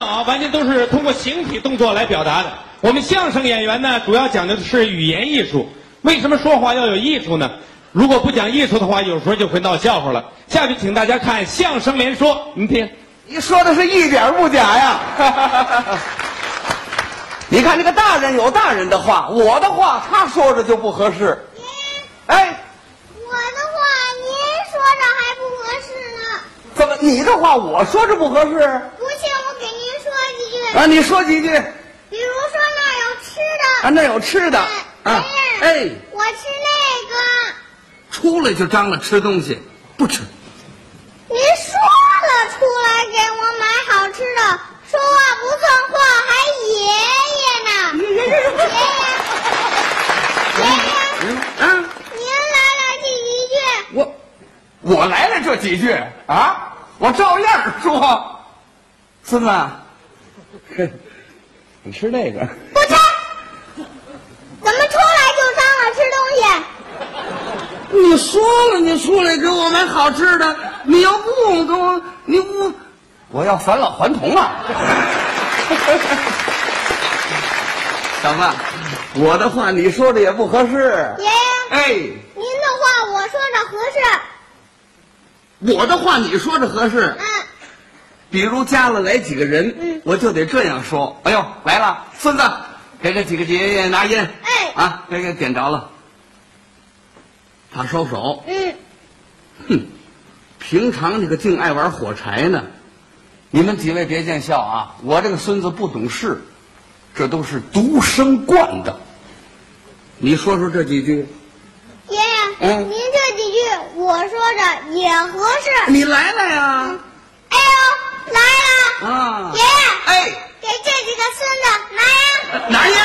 好，啊完全都是通过形体动作来表达的。我们相声演员呢，主要讲的是语言艺术。为什么说话要有艺术呢？如果不讲艺术的话，有时候就会闹笑话了。下面请大家看相声连说，您听，你说的是一点儿不假 呀！你看这个大人有大人的话，我的话他说着就不合适。哎，我的话您说着还不合适呢，怎么你的话我说着不合适？不信我给您说几句。啊，你说几句啊？比如说那儿有吃的，那有吃的啊哎，，哎，我吃那个，出来就张罗吃东西，不吃。您说了出来给我买好吃的，说话不算话还爷爷呢，爷爷，爷爷，啊，您来了这一句，我我来了这几句啊，我照样儿说。孙子， 你吃那个。不吃，怎么出来就张罗吃东西？你说了，你出来给我买好吃的，你要不给我，你不，我要返老还童啊！ 小子，我的话你说的也不合适。爷爷。哎，您的话我说着合适，我的话你说着合适。嗯，比如家里来几个人，嗯我就得这样说。哎呦，来了，孙子，给这几个爷爷拿烟。哎啊，给给点着了，怕烧手。嗯，哼，平常这个净爱玩火柴呢。你们几位别见笑啊，我这个孙子不懂事，这都是独生惯的。你说说这几句，爷爷，嗯您这几句我说着也合适。哎你来了呀？哎呦，来了！啊爷，爷，哎，给这几个孙子来呀！拿烟。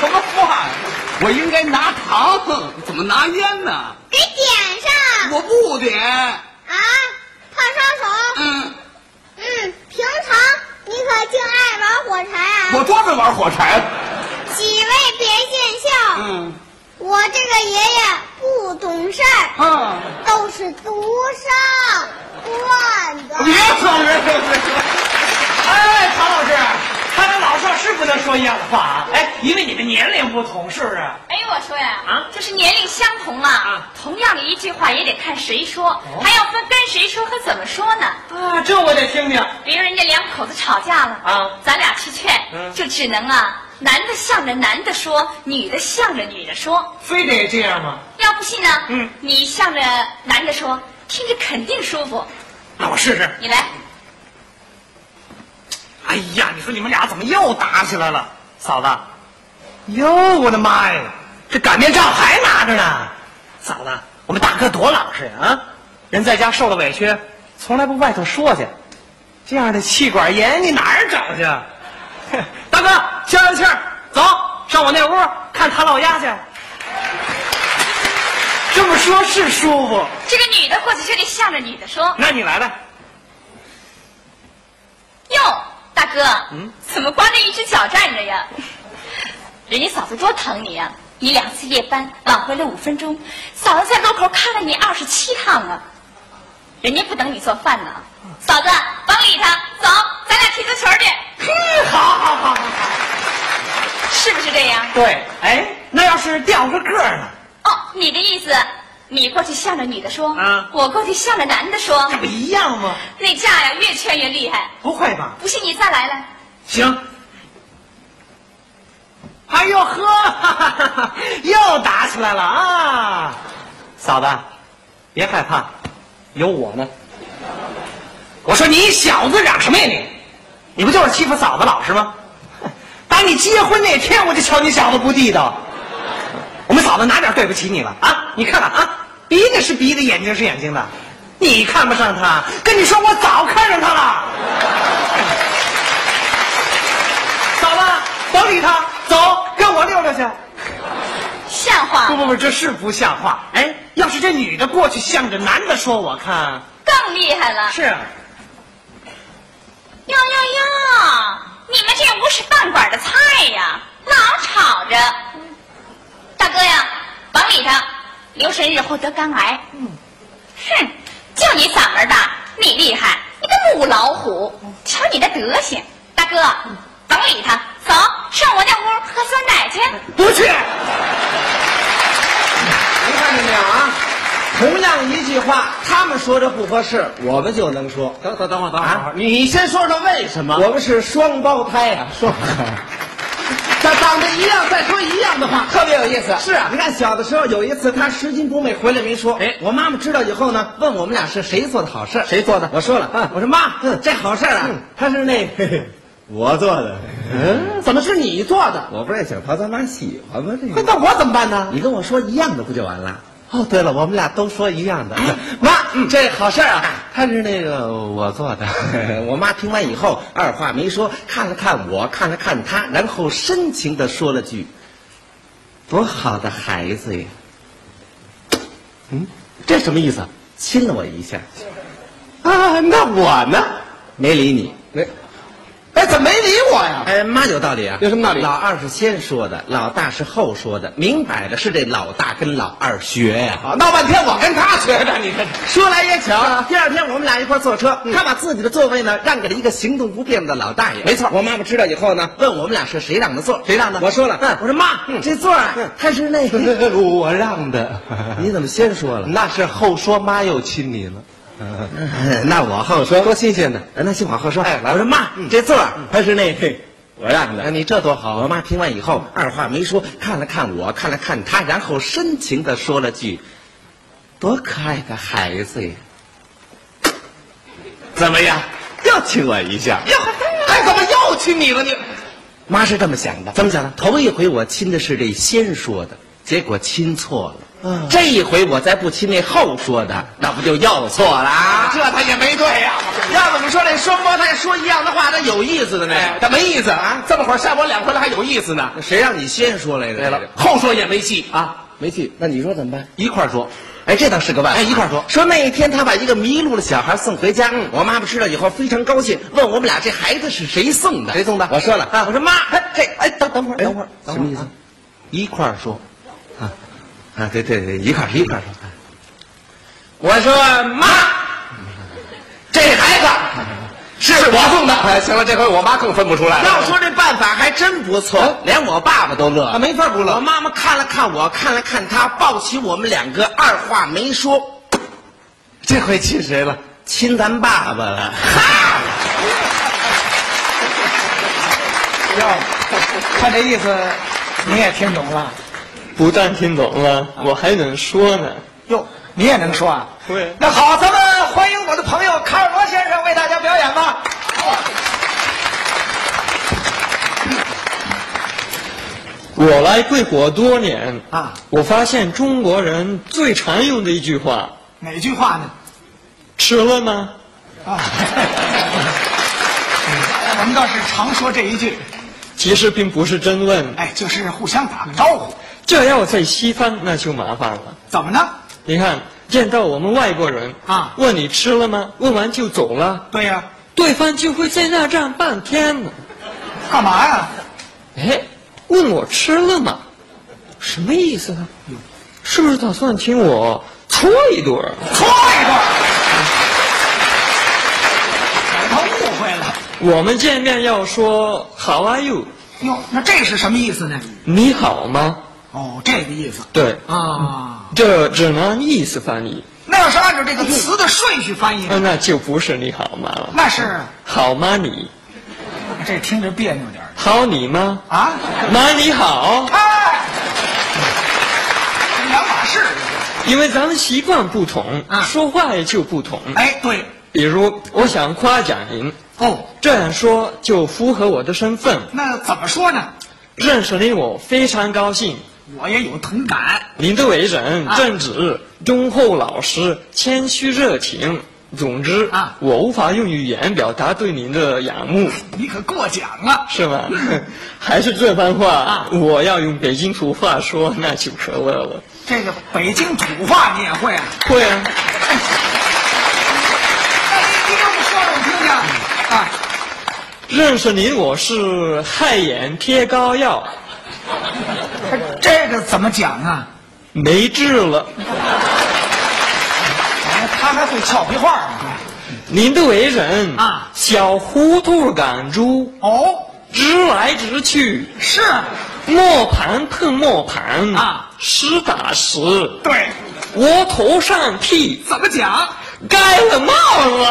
什么话呀？我应该拿糖，怎么拿烟呢？给点上我不点。啊，怕烧手。嗯，嗯，平常你可净爱玩火柴啊！我专门玩火柴了。几位别见笑，嗯我这个爷爷不懂事儿，啊，都是独生惯的。别说别说别说。哎，唐老师，他跟老赵是不能说一样的话啊！哎，因为你们年龄不同，是不是？哎，我说呀，啊就是年龄相同啊，同样的一句话也得看谁说，哦还要分跟谁说和怎么说呢。啊，这我得听听。比如人家两口子吵架了啊嗯咱俩去劝，就只能啊，男的向着男的说，女的向着女的说。非得这样吗？要不信呢，嗯你向着男的说，听着肯定舒服。那我试试。你来，哎呀，你说你们俩怎么又打起来了，嫂子？哟，我的妈呀，这擀面杖还拿着呢！嫂子，我们大哥多老实呀啊！人在家受了委屈，从来不外头说去。这样的气管炎，你哪儿找去？哼大哥，消消气儿，走，上我那屋看唐老鸭去。这么说，是舒服。这个女的或许就得向着女的说，那你来吧。哟，大哥，嗯怎么光着一只脚站着呀？人家嫂子多疼你呀、你两次夜班晚回来五分钟，嫂子在路口看了你二十七趟啊。人家不等你做饭呢，嫂子甭理他，走，咱俩踢足球去，嗯好好好，是不是这样？对，哎，那要是掉个个儿呢？哦，你的意思，你过去向着女的说，啊哎我过去向着男的说，不一样吗？那架呀越劝越厉害。不会吧？不信你再来来，行。哎呦呵，又打起来了啊！嫂子，别害怕，有我呢。我说你小子嚷什么呀你？你不就是欺负嫂子老实吗？哼打你结婚那天我就瞧你小子不地道。我们嫂子哪点对不起你了啊？你看看啊，鼻子是鼻子，眼睛是眼睛的，你看不上他，跟你说我早看上他了。嫂子，甭理他，走，跟我溜溜去。像话不不不，这是不像话。哎，要是这女的过去向着男的说，我看更厉害了。是啊，哟哟哟！你们这不是饭馆的菜呀，老吵着。大哥呀，甭理他，留神日后得肝癌。哼，就你嗓门大，你厉害，你个木母老虎，瞧你的德行，大哥，甭理他，走，上我那屋喝酸奶去。不去。您看见没有啊？同样一句话，他们说着不合适，我们就能说。等等等会儿，等会啊儿，，你先说说为什么？我们是双胞胎啊呀、双胞 胎。长长得一样，再说一样的话，特别有意思。是啊，你看小的时候有一次，他拾金不昧回来没说，哎，我妈妈知道以后呢，问我们俩是谁做的好事，谁做的？我说了，嗯，我说妈，嗯，这好事啊，他是那我做的，嗯，怎么是你做的？我不是也想讨咱妈喜欢吗？这那那我怎么办呢？你跟我说一样的不就完了？嗯哦，对了，我们俩都说一样的。 妈，这好事儿啊，他是那个我做的。 我妈听完以后，二话没说，看了看我，看了看他，然后深情地说了句：“多好的孩子呀！”嗯，这什么意思啊？亲了我一下。啊，那我呢？没理你。没，哎，怎么没理我呀？哎，妈有道理啊，有什么道理老二是先说的，老大是后说的，明摆着是这老大跟老二学呀、啊，闹半天我跟他学的，你看。说来也巧，第二天我们俩一块儿坐车，他把自己的座位呢让给了一个行动不便的老大爷。没错，我妈妈知道以后呢，问我们俩是谁让的座，谁让的？我说了，嗯，我说妈，这座啊，他是那个 我让的。 你怎么先说了？那是后说，妈又亲你了。 那我后说，多新鲜呢！那行，我后说。哎，我说妈，这座儿他是那个我让的。你这多好！啊我妈听完以后，二话没说，看了看我，看了看他，然后深情地说了句。多可爱的孩子呀！怎么样？又亲我一下？哟，哎，怎么又亲你了？你妈是这么想的，怎么想的？头一回我亲的是这先说的，结果亲错了。嗯，这一回我再不亲那后说的，那不就又错了啊？这他也没对呀、要怎么说这双胞胎说一样的话，那有意思的呢？哎，他没意思啊！这么会儿扇我两回了，还有意思呢？谁让你先说来着？对了，后说也没戏啊！啊，没去，那你说怎么办？一块儿说，哎，这倒是个办法。哎一块儿说嗯说那一天他把一个迷路的小孩送回家，我妈妈知道以后非常高兴，问我们俩这孩子是谁送的？谁送的我说了，啊，我说妈，哎，这哎，等等会儿，等会儿，什等会儿么意思啊？一块儿说，啊，对对对，一块儿说一块儿说。我说妈，这孩子是是我送的。哎哎，行了，这回我妈更分不出来了。要说这办法还真不错，连我爸爸都乐了。哎啊没法不乐我妈妈看了看我，看了看他，抱起我们两个，二话没说，这回亲谁了？亲咱爸爸了。哈。哟，看这意思，你也听懂了，不但听懂了，啊我还能说呢。哟，你也能说啊？对那好，咱们欢迎我的朋友卡尔罗先生为大家表演吧。我来贵国多年啊，我发现中国人最常用的一句话，哪句话呢？吃了吗？啊， 我们倒是常说这一句，其实并不是真问，哎，就是互相打个招呼，这要在西方那就麻烦了。怎么呢？你看，见到我们外国人啊问你吃了吗？问完就走了，对呀、对方就会在那站半天呢。干嘛呀？哎，问我吃了吗？什么意思啊？是不是打算请我搓一顿儿？搓一顿，给他哎误会了。我们见面要说 How are you？哟，那这是什么意思呢？你好吗？哦，这个意思对，啊。这只能意思翻译，那要是按照这个词的顺序翻译呢，那就不是你好吗了。那是好吗你？哎这听着别扭点儿好你吗？啊。妈你好，哎，这两码事。因为咱们习惯不同，啊说话也就不同。哎，对，比如，我想夸奖您，哦，这样说就符合我的身份。那怎么说呢？认识你我非常高兴。我也有同感。您的为人啊正直、忠厚老实、谦虚热情。总之啊我无法用语言表达对您的仰慕，你可过奖了。是吗？ 还是这番话，啊我要用北京土话说，那就可乐了。这个北京土话你也会啊？会啊，那哎你给我们说说我听听啊。认识您我是害眼贴膏药，这个怎么讲啊？没治了。哎他还会俏皮话呢。您的为人啊小糊涂赶猪，哦，直来直去，是，磨盘碰磨盘啊，实打实，对，我头上剃，怎么讲？盖了帽子。